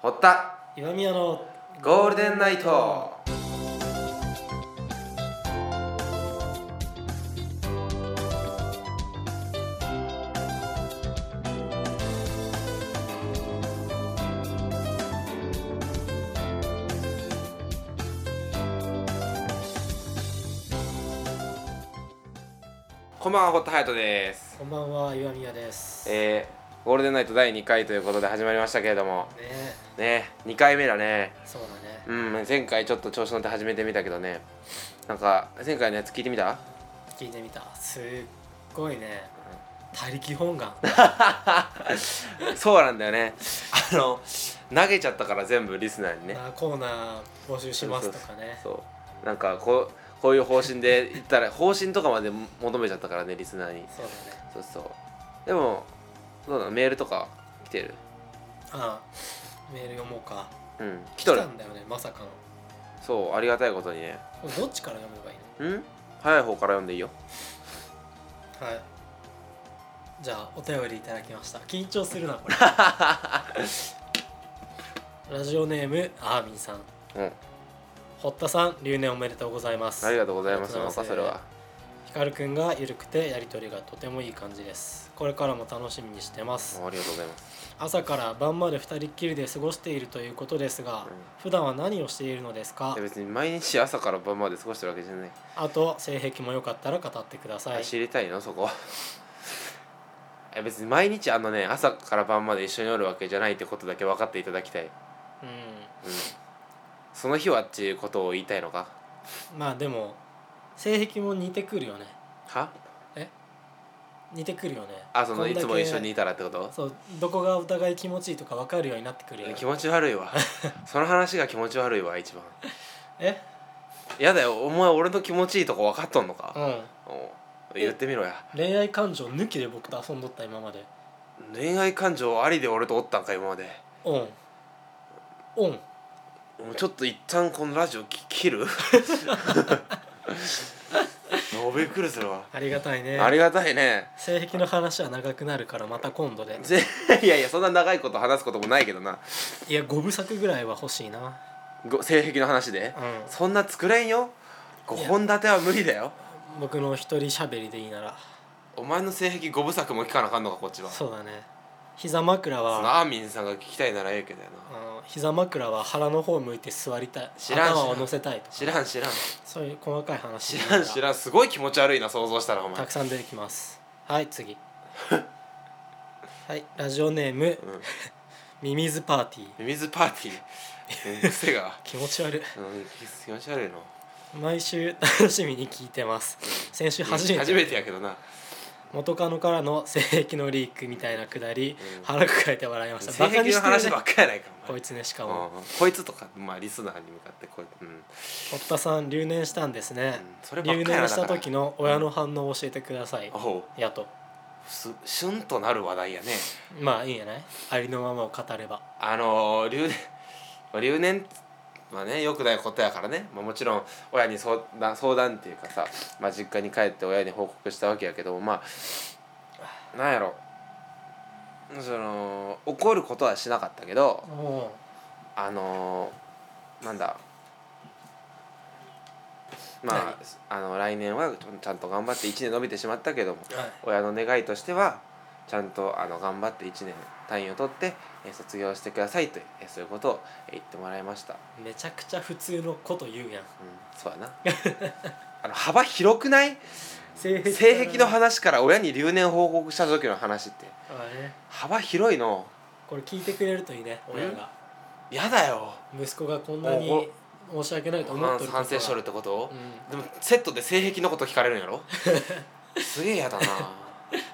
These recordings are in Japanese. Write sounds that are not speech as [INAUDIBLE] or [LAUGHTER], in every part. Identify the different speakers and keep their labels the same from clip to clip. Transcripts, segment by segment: Speaker 1: 堀田
Speaker 2: 今宮の
Speaker 1: ゴールデンナイトこんばんは堀田隼人です、
Speaker 2: こんばんは岩宮ですね
Speaker 1: えー、ゴールデンナイト第2回ということで始まりましたけれども
Speaker 2: え
Speaker 1: ね2回目だね
Speaker 2: そうだね
Speaker 1: うん前回ちょっと調子乗って始めてみたけどねなんか前回のやつ聞いてみた [LAUGHS]
Speaker 2: 聞いてみたすっごいね他力本願
Speaker 1: そうなんだよねあの投げちゃったから全部リスナーにね
Speaker 2: なコーナー募集しますとかね
Speaker 1: そうなんかこうこういう方針で言ったら方針とかまで求めちゃったからねリスナーに
Speaker 2: そうだね
Speaker 1: そうそうでもどうなのメールとか来てる
Speaker 2: ああメール読もうか
Speaker 1: うん来とる
Speaker 2: たんだよねまさかの
Speaker 1: そうありがたいことにね
Speaker 2: これどっちから読めばいい
Speaker 1: うん早い方から読んでいいよ
Speaker 2: のはいじゃあお便りいただきました緊張するなこ
Speaker 1: [LAUGHS]
Speaker 2: れラジオネームアーミンさん
Speaker 1: うん
Speaker 2: 堀田さん留年おめでとうございます
Speaker 1: ありがとうございます
Speaker 2: あり
Speaker 1: な
Speaker 2: が
Speaker 1: ん
Speaker 2: とう
Speaker 1: かそ
Speaker 2: ございます
Speaker 1: れは
Speaker 2: ひかるくんがゆるくてやりとりがとてもいい感じですこれからも楽しみにしてます
Speaker 1: ありがとうございます
Speaker 2: 朝から晩まで二人っきりで過ごしているということですが、
Speaker 1: うん
Speaker 2: 普段は何をしているのですか
Speaker 1: いや別に毎日朝から晩まで過ごしてるわけじゃない、
Speaker 2: あと性癖もよかったら語ってください
Speaker 1: 知りたいのそこ [LAUGHS] いや別に毎日あのね朝から晩まで一緒におるわけじゃないってことだけ分かっていただきたい、うん、
Speaker 2: う
Speaker 1: その日はっていうことを言いたいのか
Speaker 2: んまあでも性癖も似てくるよね
Speaker 1: は
Speaker 2: 似てくるよね
Speaker 1: あその
Speaker 2: こん
Speaker 1: い
Speaker 2: だけ
Speaker 1: つも一緒にいたらってこと
Speaker 2: そうどこがお互い気持ちいいとか分かるようになってくるよね
Speaker 1: 気持ち悪い
Speaker 2: [LAUGHS]
Speaker 1: わその話が気持ち悪いわ一番
Speaker 2: え
Speaker 1: やだよお前俺の気持ちいいとこ分かっとんの
Speaker 2: う
Speaker 1: か、
Speaker 2: ん
Speaker 1: お言ってみろや
Speaker 2: 恋愛感情抜きで僕と遊んどった今まで
Speaker 1: 恋愛感情ありで俺とおったんか今まで
Speaker 2: オンオン
Speaker 1: もうちょっと一旦このラジオき切
Speaker 2: [LAUGHS]
Speaker 1: る [LAUGHS] もうびっくりするわ、
Speaker 2: ありがたいね
Speaker 1: ありがたいね
Speaker 2: 性癖の話は長くなるからまた今度で
Speaker 1: ぜ [LAUGHS] いやいやそんな長いこと話すこともないけどない
Speaker 2: や5部作ぐらいは欲しいな
Speaker 1: ご性癖の話で
Speaker 2: うん
Speaker 1: そんな作れんよ5本立ては無理だよ
Speaker 2: 僕の一人しゃべりでいいなら
Speaker 1: お前の性癖5部作も聞かなあかんのかこっちはそ
Speaker 2: そうだね膝枕
Speaker 1: の
Speaker 2: は
Speaker 1: アーミンさんが聞きたいならええけどやな
Speaker 2: うん膝枕は腹の方向いて座りたい
Speaker 1: 知らん
Speaker 2: 頭を乗せたいとか
Speaker 1: 知らん知らん
Speaker 2: そういう細かい話
Speaker 1: 知らん知らんすごい気持ち悪いな想像したらお
Speaker 2: た
Speaker 1: 前
Speaker 2: くさん出てきますはい
Speaker 1: [LAUGHS]
Speaker 2: 次はいラジオネーム、ミミズパーティー
Speaker 1: ミミズパーティーうん癖が、
Speaker 2: 気持ち悪い
Speaker 1: うん、気持ち悪いの
Speaker 2: 毎週楽しみに聞いてます先週初めて
Speaker 1: 初めてやけどな
Speaker 2: 元カノからの性癖のリークみたいなくだり、
Speaker 1: うん
Speaker 2: 腹抱えて笑いました
Speaker 1: 性
Speaker 2: バカ
Speaker 1: 癖
Speaker 2: に
Speaker 1: の
Speaker 2: してるね
Speaker 1: 話ばっかやないかお
Speaker 2: こ
Speaker 1: 前
Speaker 2: いつねしかも
Speaker 1: うんこいつとかまあリスナーに向かってこううん、うん、
Speaker 2: 堀田さん留年したんですね、
Speaker 1: そればっか
Speaker 2: 留
Speaker 1: りやな
Speaker 2: 年した時の親の反応を教えてください、
Speaker 1: おう
Speaker 2: やと
Speaker 1: すシュンとなる話題やね
Speaker 2: まあいいんやないありのままを語れば
Speaker 1: あのー留年まあ留年はねよくないことやからね、まあ、もちろん親に相談相談っていうかさ、まあ、実家に帰って親に報告したわけやけどまあなんやろその怒ることはしなかったけど
Speaker 2: お
Speaker 1: あのーなんだまああの来年はちゃんと頑張って1年伸びてしまったけども
Speaker 2: はい
Speaker 1: 親の願いとしてはちゃんとあの頑張って1年単位を取って、えー卒業してくださいという、えーそういうことを、えー言ってもらいました、うん、
Speaker 2: めちゃくちゃ普通のこと言うやん
Speaker 1: そうや
Speaker 2: [LAUGHS]
Speaker 1: なあの幅広くない
Speaker 2: 性癖
Speaker 1: 性癖の
Speaker 2: 話
Speaker 1: 話から親に留年報告した時の話って
Speaker 2: ね
Speaker 1: 幅広いの
Speaker 2: これ聞いてくれるといいね親が
Speaker 1: やだよ
Speaker 2: 息子がこんなに申し訳ないと思っとることが
Speaker 1: 反省しとるってことを
Speaker 2: う、ん
Speaker 1: でもセットで性癖のこと聞かれるんや
Speaker 2: [LAUGHS]
Speaker 1: ろすげえやだな、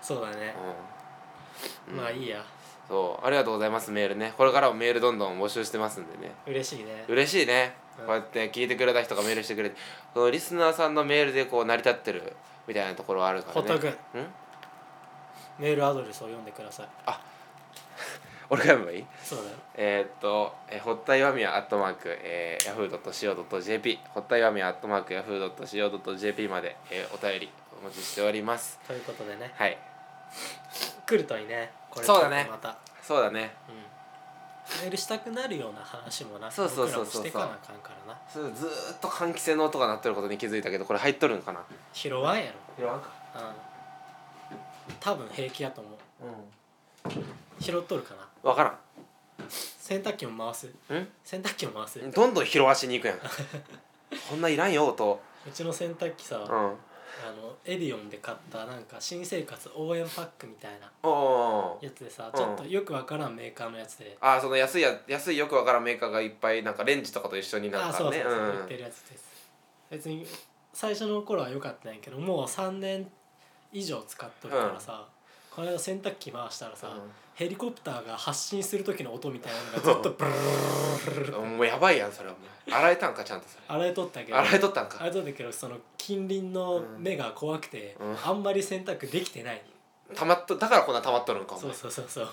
Speaker 2: そうだね、
Speaker 1: うん、
Speaker 2: まあい
Speaker 1: い
Speaker 2: いや
Speaker 1: そうありがとうございますメールねこれからもメールどんどん募集してますんでね
Speaker 2: 嬉しいね
Speaker 1: 嬉しいね
Speaker 2: うん
Speaker 1: こうやって聞いてくれた人がメールしてくれてそのリスナーさんのメールでこう成り立ってるみたいなところはあるから
Speaker 2: 堀田
Speaker 1: ね
Speaker 2: 君
Speaker 1: うん
Speaker 2: メールアドレスを読んでください
Speaker 1: 俺が読めばいい
Speaker 2: そうだよ
Speaker 1: えーっと、えー、ほったいわみやアットマーク、えー、ヤフー .co.jp ほったいわみやアットマークヤフー .co.jp まで、えー、お便りお待ちしております
Speaker 2: ということでね
Speaker 1: はい
Speaker 2: 来るといいねこれ
Speaker 1: そうだね
Speaker 2: また
Speaker 1: そうだね
Speaker 2: うんメールしたくなるような話もな
Speaker 1: そうそうそうそう
Speaker 2: 僕らもしてかなあかんからな
Speaker 1: それずーっと換気扇の音が鳴ってることに気づいたけどこれ入っとるんかな
Speaker 2: 拾わんや
Speaker 1: 拾わんか
Speaker 2: ろ、うん、多分平気やと思う
Speaker 1: うん
Speaker 2: 拾っとるかな
Speaker 1: 分か
Speaker 2: 洗濯機も回す
Speaker 1: らんん
Speaker 2: 洗濯機も回すう
Speaker 1: どんどん拾わしに行くやん [LAUGHS] こんないらんよ音
Speaker 2: ちの洗濯機さ、
Speaker 1: う
Speaker 2: あ
Speaker 1: ん
Speaker 2: のエディオンで買ったなんか新生活応援パックみたいな
Speaker 1: おお
Speaker 2: やつでさ
Speaker 1: うん
Speaker 2: ちょっとよくわからんメーカーのやつで、
Speaker 1: ああその安いや安いよくわからんメーカーがいっぱいなんかレンジとかと一緒に
Speaker 2: あ
Speaker 1: な
Speaker 2: あ
Speaker 1: ん
Speaker 2: そ
Speaker 1: か
Speaker 2: うそ
Speaker 1: ね
Speaker 2: う
Speaker 1: う
Speaker 2: そう、
Speaker 1: ん
Speaker 2: 言ってるやつです別に最初の頃は良かったんやけどもう3年以上使っとるからさ、この間洗濯機回したらさ、ヘリコプターが発進する時の音みたいなのがずっとブルルルルルル
Speaker 1: うんもうやばいやんそれはもう洗えたんかちゃんとそれ
Speaker 2: 洗いとったけど
Speaker 1: 洗えとったん
Speaker 2: 洗
Speaker 1: か
Speaker 2: いとったけどその近隣の目が怖くて、
Speaker 1: うん
Speaker 2: あんまり洗濯できてない、
Speaker 1: たまっとだからこんなたまっとるんかお
Speaker 2: そう
Speaker 1: 前
Speaker 2: そうそうそう、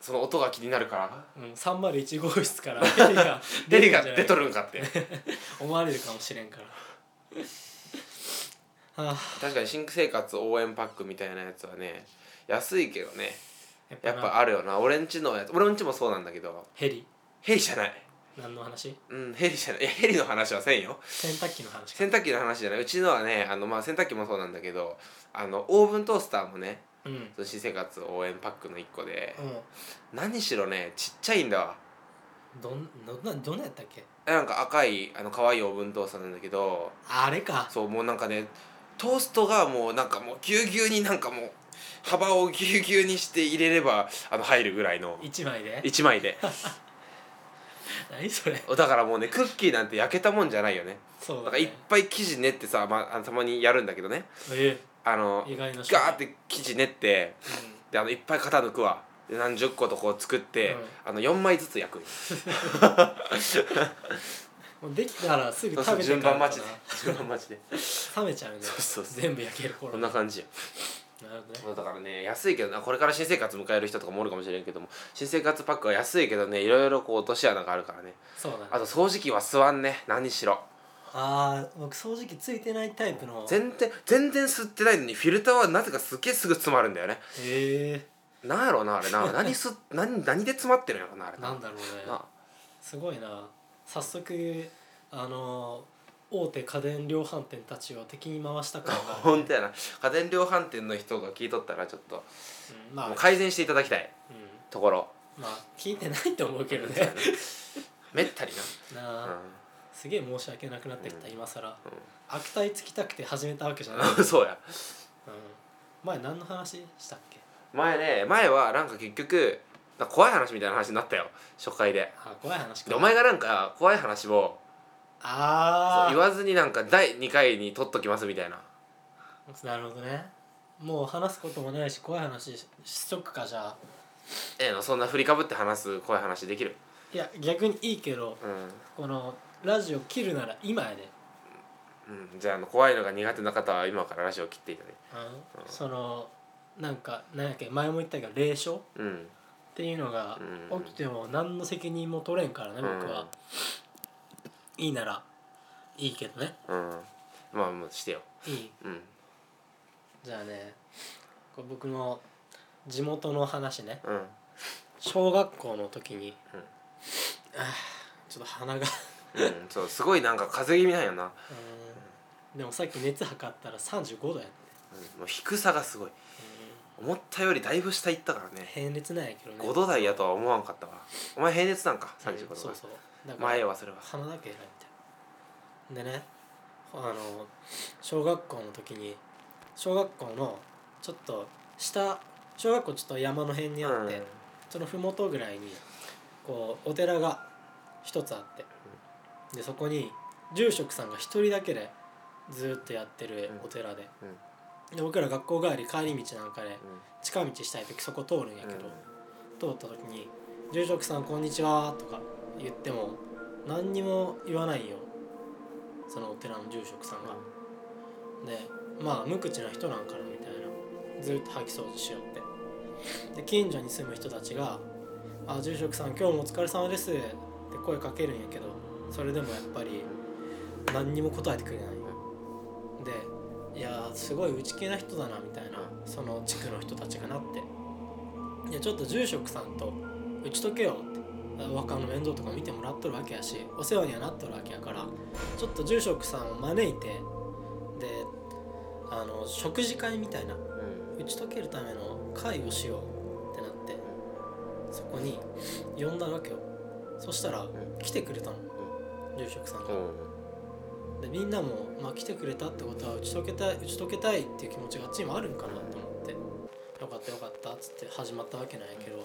Speaker 1: その音が気になるから
Speaker 2: うん、301号室からヘリが
Speaker 1: デリ
Speaker 2: た
Speaker 1: が
Speaker 2: んじゃない
Speaker 1: 出とるんかって
Speaker 2: 思われるかもしれんからあ
Speaker 1: 確かに新生活応援パックみたいなやつはね安いけどね
Speaker 2: あやっ
Speaker 1: やっぱ
Speaker 2: あ
Speaker 1: あるよな俺んちのやつ俺んちもそうなんだけど
Speaker 2: ヘリ
Speaker 1: ヘリじゃない
Speaker 2: 何の話
Speaker 1: うんヘリじゃないいやヘリの話はせんよ
Speaker 2: 洗濯機の話か、
Speaker 1: 洗濯機の話じゃないうちのはねあの、まあ、洗濯機もそうなんだけどあのオーブントースターもね
Speaker 2: うんうん、
Speaker 1: その新生活応援パックの1個で、何しろねちっちゃいんだわ
Speaker 2: どんどんなどんなやったっけ
Speaker 1: なんか赤いあの可愛いオーブントースターなんだけど
Speaker 2: あれか
Speaker 1: そうもうなんかねトーストがもうなんかもうぎゅうぎゅうになんかもう幅をぎゅうぎゅうにして入れればあの入るぐらいの
Speaker 2: 一枚で
Speaker 1: 1枚で
Speaker 2: 何それ
Speaker 1: だからもうねクッキーなんて焼けたもんじゃないよね
Speaker 2: そう
Speaker 1: な
Speaker 2: だ、
Speaker 1: ん
Speaker 2: ね、
Speaker 1: かいっぱい生地練ってさ、まああの、たまにやるんだけどね
Speaker 2: え
Speaker 1: あの
Speaker 2: え意外な
Speaker 1: ガーって生地練ってであのいっぱい型抜くわで何十個とこう作って、
Speaker 2: うん
Speaker 1: あの4枚ずつ焼く
Speaker 2: うん、もうできたらすぐ
Speaker 1: そう
Speaker 2: 食
Speaker 1: そう
Speaker 2: べて
Speaker 1: 順
Speaker 2: から
Speaker 1: 番
Speaker 2: かな
Speaker 1: 待ちで [LAUGHS] 順番待ちで
Speaker 2: 冷めちゃうね
Speaker 1: そうそうそう
Speaker 2: 全部焼ける頃
Speaker 1: こんな感じよ
Speaker 2: なるほどね
Speaker 1: まあだからね安いけどなこれから新生活迎える人とかもおるかもしれんけども新生活パックは安いけどねいろいろこう落とし穴があるからね
Speaker 2: そうだね
Speaker 1: あと掃除機は吸わんね何しろ
Speaker 2: あー僕掃除機ついてないタイプのへ
Speaker 1: 全然全然吸ってないのにフィルターはなぜかすっげえすぐ詰まるんだよね
Speaker 2: え
Speaker 1: なんやろうなあれ [LAUGHS] な何す何何で詰まってるんやろなあれ
Speaker 2: なんだろうね
Speaker 1: な
Speaker 2: すごいな早速あの大手家電量販店たちを敵に回した感が
Speaker 1: [LAUGHS]
Speaker 2: ある
Speaker 1: 本当やな家電量販店の人が聞いとったらちょっと
Speaker 2: うんまあ、う
Speaker 1: もう改善していただきたい
Speaker 2: ん、
Speaker 1: ところ
Speaker 2: まあ聞いてないと思うけど
Speaker 1: そうや
Speaker 2: ね
Speaker 1: なめったに
Speaker 2: [LAUGHS] なあ
Speaker 1: な、
Speaker 2: すげえ申し訳なくなってきた、
Speaker 1: うん
Speaker 2: 今更、
Speaker 1: ん
Speaker 2: 悪態つきたくて始めたわけじゃない、う
Speaker 1: うん [LAUGHS] ん、、そうや
Speaker 2: 前何の話したっけ
Speaker 1: 前ね前はなんか結局なんか怖い話みたいな話になったよ初回で
Speaker 2: あ怖い話
Speaker 1: で
Speaker 2: か
Speaker 1: お前がなんか怖い話をそう
Speaker 2: あ
Speaker 1: 言わずになんか第2回に取っときますみたいな
Speaker 2: あなるほどねもう話すこともないし怖い話ししとくかじゃあ
Speaker 1: ええのそんな振りかぶって話す怖い話できる
Speaker 2: いや逆にいいけど
Speaker 1: うん、
Speaker 2: このラジオ切るなら今やで、
Speaker 1: うん、じゃああの怖いのが苦手な方は今からラジオを切っていただいて
Speaker 2: うん、そのなんか何やっけ前も言ったけど霊障
Speaker 1: うん
Speaker 2: っていうのが
Speaker 1: うん
Speaker 2: 起きても何の責任も取れんからね僕は、いいならいいけどね
Speaker 1: うんまあもうしてよ
Speaker 2: いい
Speaker 1: うん
Speaker 2: じゃあねこう僕の地元の話ね
Speaker 1: うん
Speaker 2: 小学校の時に、
Speaker 1: うん
Speaker 2: あーちょっと鼻がう
Speaker 1: うん、そうすごいなんか風邪気味なんよな、
Speaker 2: ーんでもさっき熱測ったら35度やって、
Speaker 1: うん、もう低さがすごい思ったよりだいぶ下行ったからね
Speaker 2: 平熱なんやけどね
Speaker 1: 5度台やとは思わんかったわお前平熱なんか
Speaker 2: うん
Speaker 1: 35度、
Speaker 2: そうそうだから
Speaker 1: 前はそれは
Speaker 2: 鼻だけ偉いみたいなでねあの小学校の時に小学校のちょっと下小学校ちょっと山の辺にあって、
Speaker 1: うん
Speaker 2: その麓ぐらいにこうお寺が一つあってでそこに住職さんが一人だけでずっとやってるお寺で,、
Speaker 1: うん
Speaker 2: で僕ら学校帰り帰り道なんかで
Speaker 1: うん
Speaker 2: 近道したい時そこ通るんや
Speaker 1: う
Speaker 2: けど、
Speaker 1: ん
Speaker 2: 通った時に「住職さんこんにちは」とか言っても何にも言わないよそのお寺の住職さんが。でまあ無口な人なんかなみたいなずっと吐き掃除しよってで近所に住む人たちが「あ住職さん今日もお疲れ様です」って声かけるんやけどそれでもやっぱり何にも答えてくれないでいやーすごい内気な人だなみたいなその地区の人たちがなって「いやちょっと住職さんと打ち解けよ」って若の面倒とか見てもらっとるわけやしお世話にはなっとるわけやからちょっと住職さんを招いてであの食事会みたいな打ち解けるための会をしようってなってそこに呼んだわけよそしたら
Speaker 1: ん
Speaker 2: 来てくれたの住職さんが
Speaker 1: うん
Speaker 2: でみんなも、まあ、来てくれたってことは打ち解けたい打ち解けたいっていう気持ちがあっちにもあるんかなと思ってよかったよかったっつって始まったわけなんやけど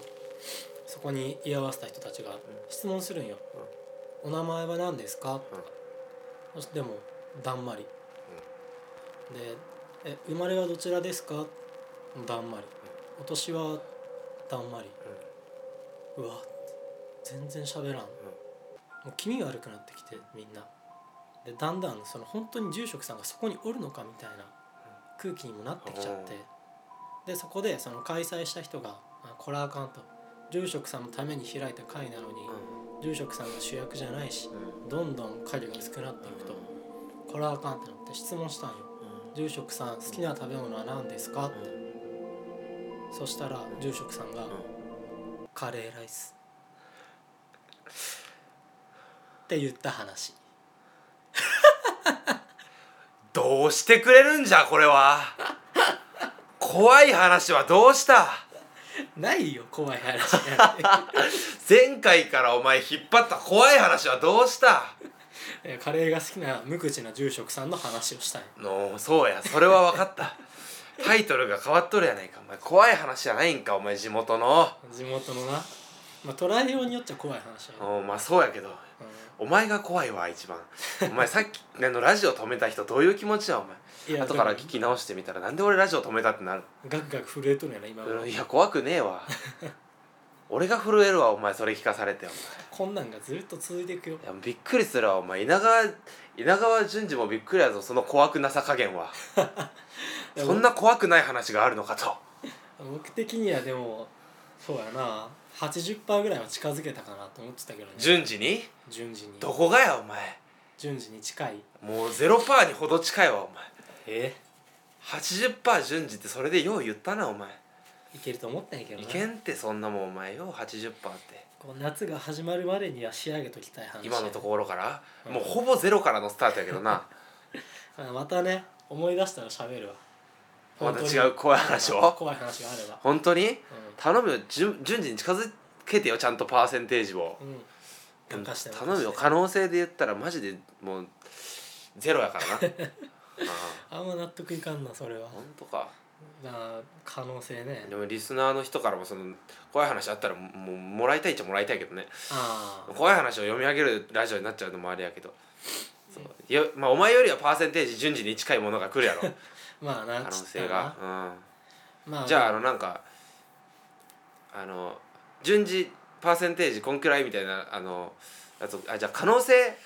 Speaker 2: そこに居合わせた人たちが質問するんよ「お名前は何ですか?」とかそしてでもだんまりでえ「生まれはどちらですか?」だんまり「お年は?」だんまり「うわ全然喋らん」もう気味悪くなってきてみんなでだんだんその本当に住職さんがそこにおるのかみたいな空気にもなってきちゃって
Speaker 1: うん
Speaker 2: でそこでその開催した人が「あこれはあかん」と住職さんのために開いた会なのに住職さんが主役じゃないしどんどん影が薄くなっていくと「これはあかん」ってなって質問したんよ「住職さん好きな食べ物は何ですか?」ってそしたら住職さんが「カレーライス」って言った話。
Speaker 1: どうしてくれるんじゃこれは怖い話はどうした
Speaker 2: ないよ怖
Speaker 1: [LAUGHS]
Speaker 2: い話なん
Speaker 1: 前回からお前引っ張った怖い話はどうした
Speaker 2: ていやカレーが好きな無口な住職さんの話をしたい
Speaker 1: のそうやそれは分かったタイトルが変わっとるやないかお前怖い話じゃないんかお前地元の
Speaker 2: 地元のなまあ捉えようによっちゃ怖い話やね、
Speaker 1: おまあそうやけどお前が怖いわ一番お前さっきあのラジオ止めた人どういう気持ちやお
Speaker 2: い
Speaker 1: 前
Speaker 2: や
Speaker 1: 後から
Speaker 2: でも
Speaker 1: 聞き直してみたらなんで俺ラジオ止めたってなる
Speaker 2: ガクガク震えとるやな今
Speaker 1: うんいや怖くねえわ俺が震えるわお前それ聞かされてお
Speaker 2: こんなんがずっと続いていくよ
Speaker 1: 前いやびっくりするわお前稲川稲川淳二もびっくりやぞその怖くなさ加減はそんな怖くない話があるのかと
Speaker 2: 僕的にはでもそうやな80%ぐらいは近づけたかなと思ってたけどね
Speaker 1: 淳二に
Speaker 2: 順次に
Speaker 1: どこがやお前
Speaker 2: 順次に近い
Speaker 1: もうゼロパーにほど近いわお前
Speaker 2: え
Speaker 1: 80%順次ってそれでよう言ったなお前
Speaker 2: いけると思ったんやけどない
Speaker 1: けんってそんなもんお前よ80%って
Speaker 2: こう夏が始まるまでには仕上げときたい話や
Speaker 1: 今のところから、
Speaker 2: うん
Speaker 1: もうほぼゼロからのスタートやけどな
Speaker 2: あまたね思い出したら喋るわ
Speaker 1: また違う怖い話を
Speaker 2: 怖い話があれば
Speaker 1: 本当に
Speaker 2: う
Speaker 1: 頼むよ順順次に近づけてよちゃんとパーセンテージを
Speaker 2: ん、う
Speaker 1: う
Speaker 2: ん、
Speaker 1: ん
Speaker 2: 任せて
Speaker 1: 頼むよ
Speaker 2: 任せて
Speaker 1: 可能性で言ったらマジでもうゼロやからなあ
Speaker 2: あんま納得いかんなそれは
Speaker 1: あ本当か
Speaker 2: なあ可能性ね
Speaker 1: でもリスナーの人からもその怖い話あったらもうもらいたいっちゃもらいたいけどね
Speaker 2: ああ
Speaker 1: 怖い話を読み上げるラジオになっちゃうのもあれやけどそういや、まあ、お前よりはパーセンテージ順次に近いものが来るやろ
Speaker 2: [LAUGHS] まあな
Speaker 1: 可能
Speaker 2: ちっ
Speaker 1: 性
Speaker 2: たな
Speaker 1: が、
Speaker 2: ま
Speaker 1: う
Speaker 2: あ
Speaker 1: ん、じゃああのなんかあの順次パーセンテージこんくらいみたいなあのあとあじゃあ可能性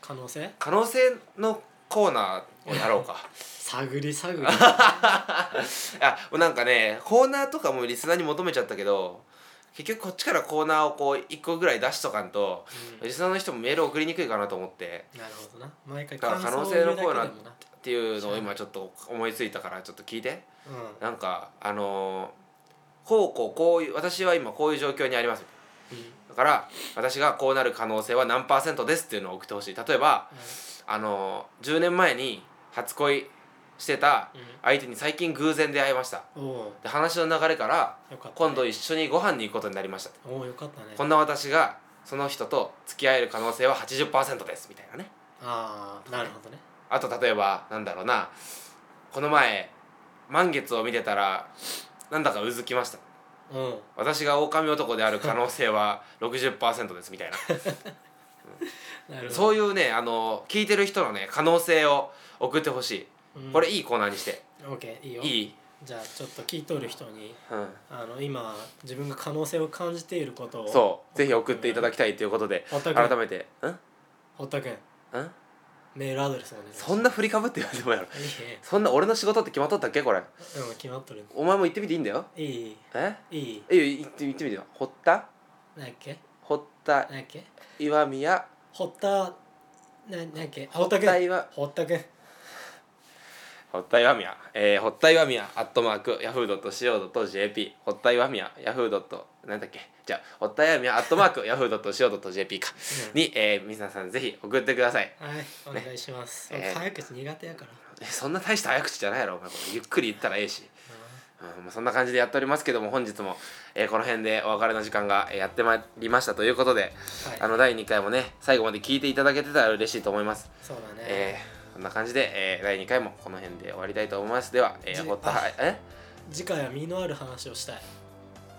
Speaker 2: 可能性
Speaker 1: 可能性のコーナーをやろうか
Speaker 2: 探り
Speaker 1: [LAUGHS]
Speaker 2: 探り
Speaker 1: あもうなんかねコーナーとかもリスナーに求めちゃったけど結局こっちからコーナーをこう一個ぐらい出しとかんと
Speaker 2: う
Speaker 1: リスナーの人もメール送りにくいかなと思って。
Speaker 2: んなるほどな毎回
Speaker 1: だから可能性
Speaker 2: 感
Speaker 1: の
Speaker 2: 想を言うだ
Speaker 1: コ
Speaker 2: けでもな
Speaker 1: っていうのを今ちょっと思いついたからちょっと聞いてなんかあのーこうこうこういう私は今こういう状況にあります
Speaker 2: うん、うん
Speaker 1: だから私がこうなる可能性は何パーセントですっていうのを送ってほしい例えば、あのー10年前に初恋してた相手に最近偶然出会いました
Speaker 2: うん、お
Speaker 1: で話の流れから
Speaker 2: およかった、ね、
Speaker 1: 今度一緒にご飯に行くことになりました
Speaker 2: おおよかったね
Speaker 1: こんな私がその人と付き合える可能性は80%ですみたいなね
Speaker 2: ああなるほどね
Speaker 1: あと例えばなんだろうなこの前満月を見てたらなんだかうずきました
Speaker 2: うん
Speaker 1: 私が狼男である可能性は60%ですみたいな
Speaker 2: なるほど
Speaker 1: そういうねあの聞いてる人のね可能性を送ってほし
Speaker 2: う
Speaker 1: い
Speaker 2: ん
Speaker 1: これいいコーナーにして、
Speaker 2: オッケーいいよ
Speaker 1: いい、
Speaker 2: じゃあちょっと聞いとる人に
Speaker 1: うん、
Speaker 2: あの今自分が可能性を感じていることを
Speaker 1: そうぜひ送っていただきたいということで
Speaker 2: 堀田
Speaker 1: 改
Speaker 2: 君
Speaker 1: めてん
Speaker 2: 堀田君
Speaker 1: ん
Speaker 2: メールアドレスお願いします
Speaker 1: そんな振りかぶって言われてもやろ
Speaker 2: いいえ
Speaker 1: そんな俺の仕事って決まっとったっけこれ
Speaker 2: うん決まっとる
Speaker 1: お前も行ってみていいんだよ
Speaker 2: いい
Speaker 1: え
Speaker 2: いい
Speaker 1: え行って行ってみてよ堀田
Speaker 2: なんやっけ
Speaker 1: 堀田
Speaker 2: なんやっけ
Speaker 1: 岩宮
Speaker 2: 堀田ななんやっけあ
Speaker 1: 堀
Speaker 2: 堀
Speaker 1: 田
Speaker 2: 田君
Speaker 1: 岩
Speaker 2: 堀田君
Speaker 1: 堀田岩宮、えー、堀田岩宮アットマークヤフー .co.jp 堀田岩宮ヤフー .co. なんだっけじゃあ堀田岩宮アットマークヤフー .co.jp か
Speaker 2: うん
Speaker 1: に、えー、皆さんぜひ送ってください
Speaker 2: はいお願いします、
Speaker 1: ねえー
Speaker 2: 早口苦手やから、
Speaker 1: えそんな大した早口じゃないやろお前これゆっくり言ったらええし、うんまあ、そんな感じでやっておりますけども本日も、えーこの辺でお別れの時間がえーやってまいりましたということで、
Speaker 2: はい
Speaker 1: あの第2回もね最後まで聞いていただけてたら嬉しいと思います
Speaker 2: そうだね、
Speaker 1: えー、こんな感じで、えー、第2回もこの辺で終わりたいと思います。では、えー、
Speaker 2: じ
Speaker 1: ほったはえ
Speaker 2: 次回は身のある話をしたい、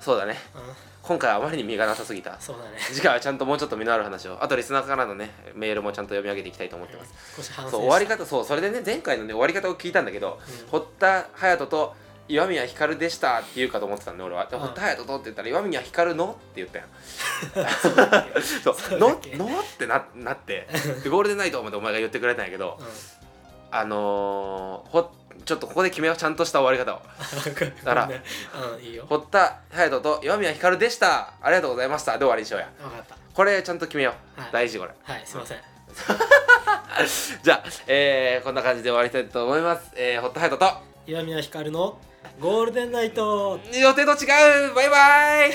Speaker 1: そうだね。
Speaker 2: うん、
Speaker 1: 今回はあまりに身がなさすぎた。
Speaker 2: そうだね
Speaker 1: 次回はちゃんともうちょっと身のある話を、あとリスナーからのね、メールもちゃんと読み上げていきたいと思ってます。
Speaker 2: 少し反省
Speaker 1: そう、終わり方、そう、それでね、前回のね、終わり方を聞いたんだけど、
Speaker 2: うん
Speaker 1: 堀田隼人と岩宮光でしたって言うかと思ってたんで、俺は。で
Speaker 2: うん
Speaker 1: 堀田隼人とって言ったら、岩宮光のって言ったやん。そう
Speaker 2: そうだ
Speaker 1: の
Speaker 2: っけ
Speaker 1: のってななってでゴールデンナイトまでお前が言ってくれたんやけど、
Speaker 2: う
Speaker 1: あのー、ほちょっとここで決めようちゃんとした終わり方を
Speaker 2: ん、
Speaker 1: だから
Speaker 2: ごめんねうん、いいよ
Speaker 1: 堀田隼人と岩宮光でしたありがとうございましたで終わりにしようや
Speaker 2: 分かった
Speaker 1: これちゃんと決めよう、
Speaker 2: はい
Speaker 1: 大事これ
Speaker 2: はいすいません
Speaker 1: じゃあ、えーこんな感じで終わりたいと思います、えー、堀田隼人
Speaker 2: 岩宮光のゴールデンナイト
Speaker 1: と予定と違うバイバイ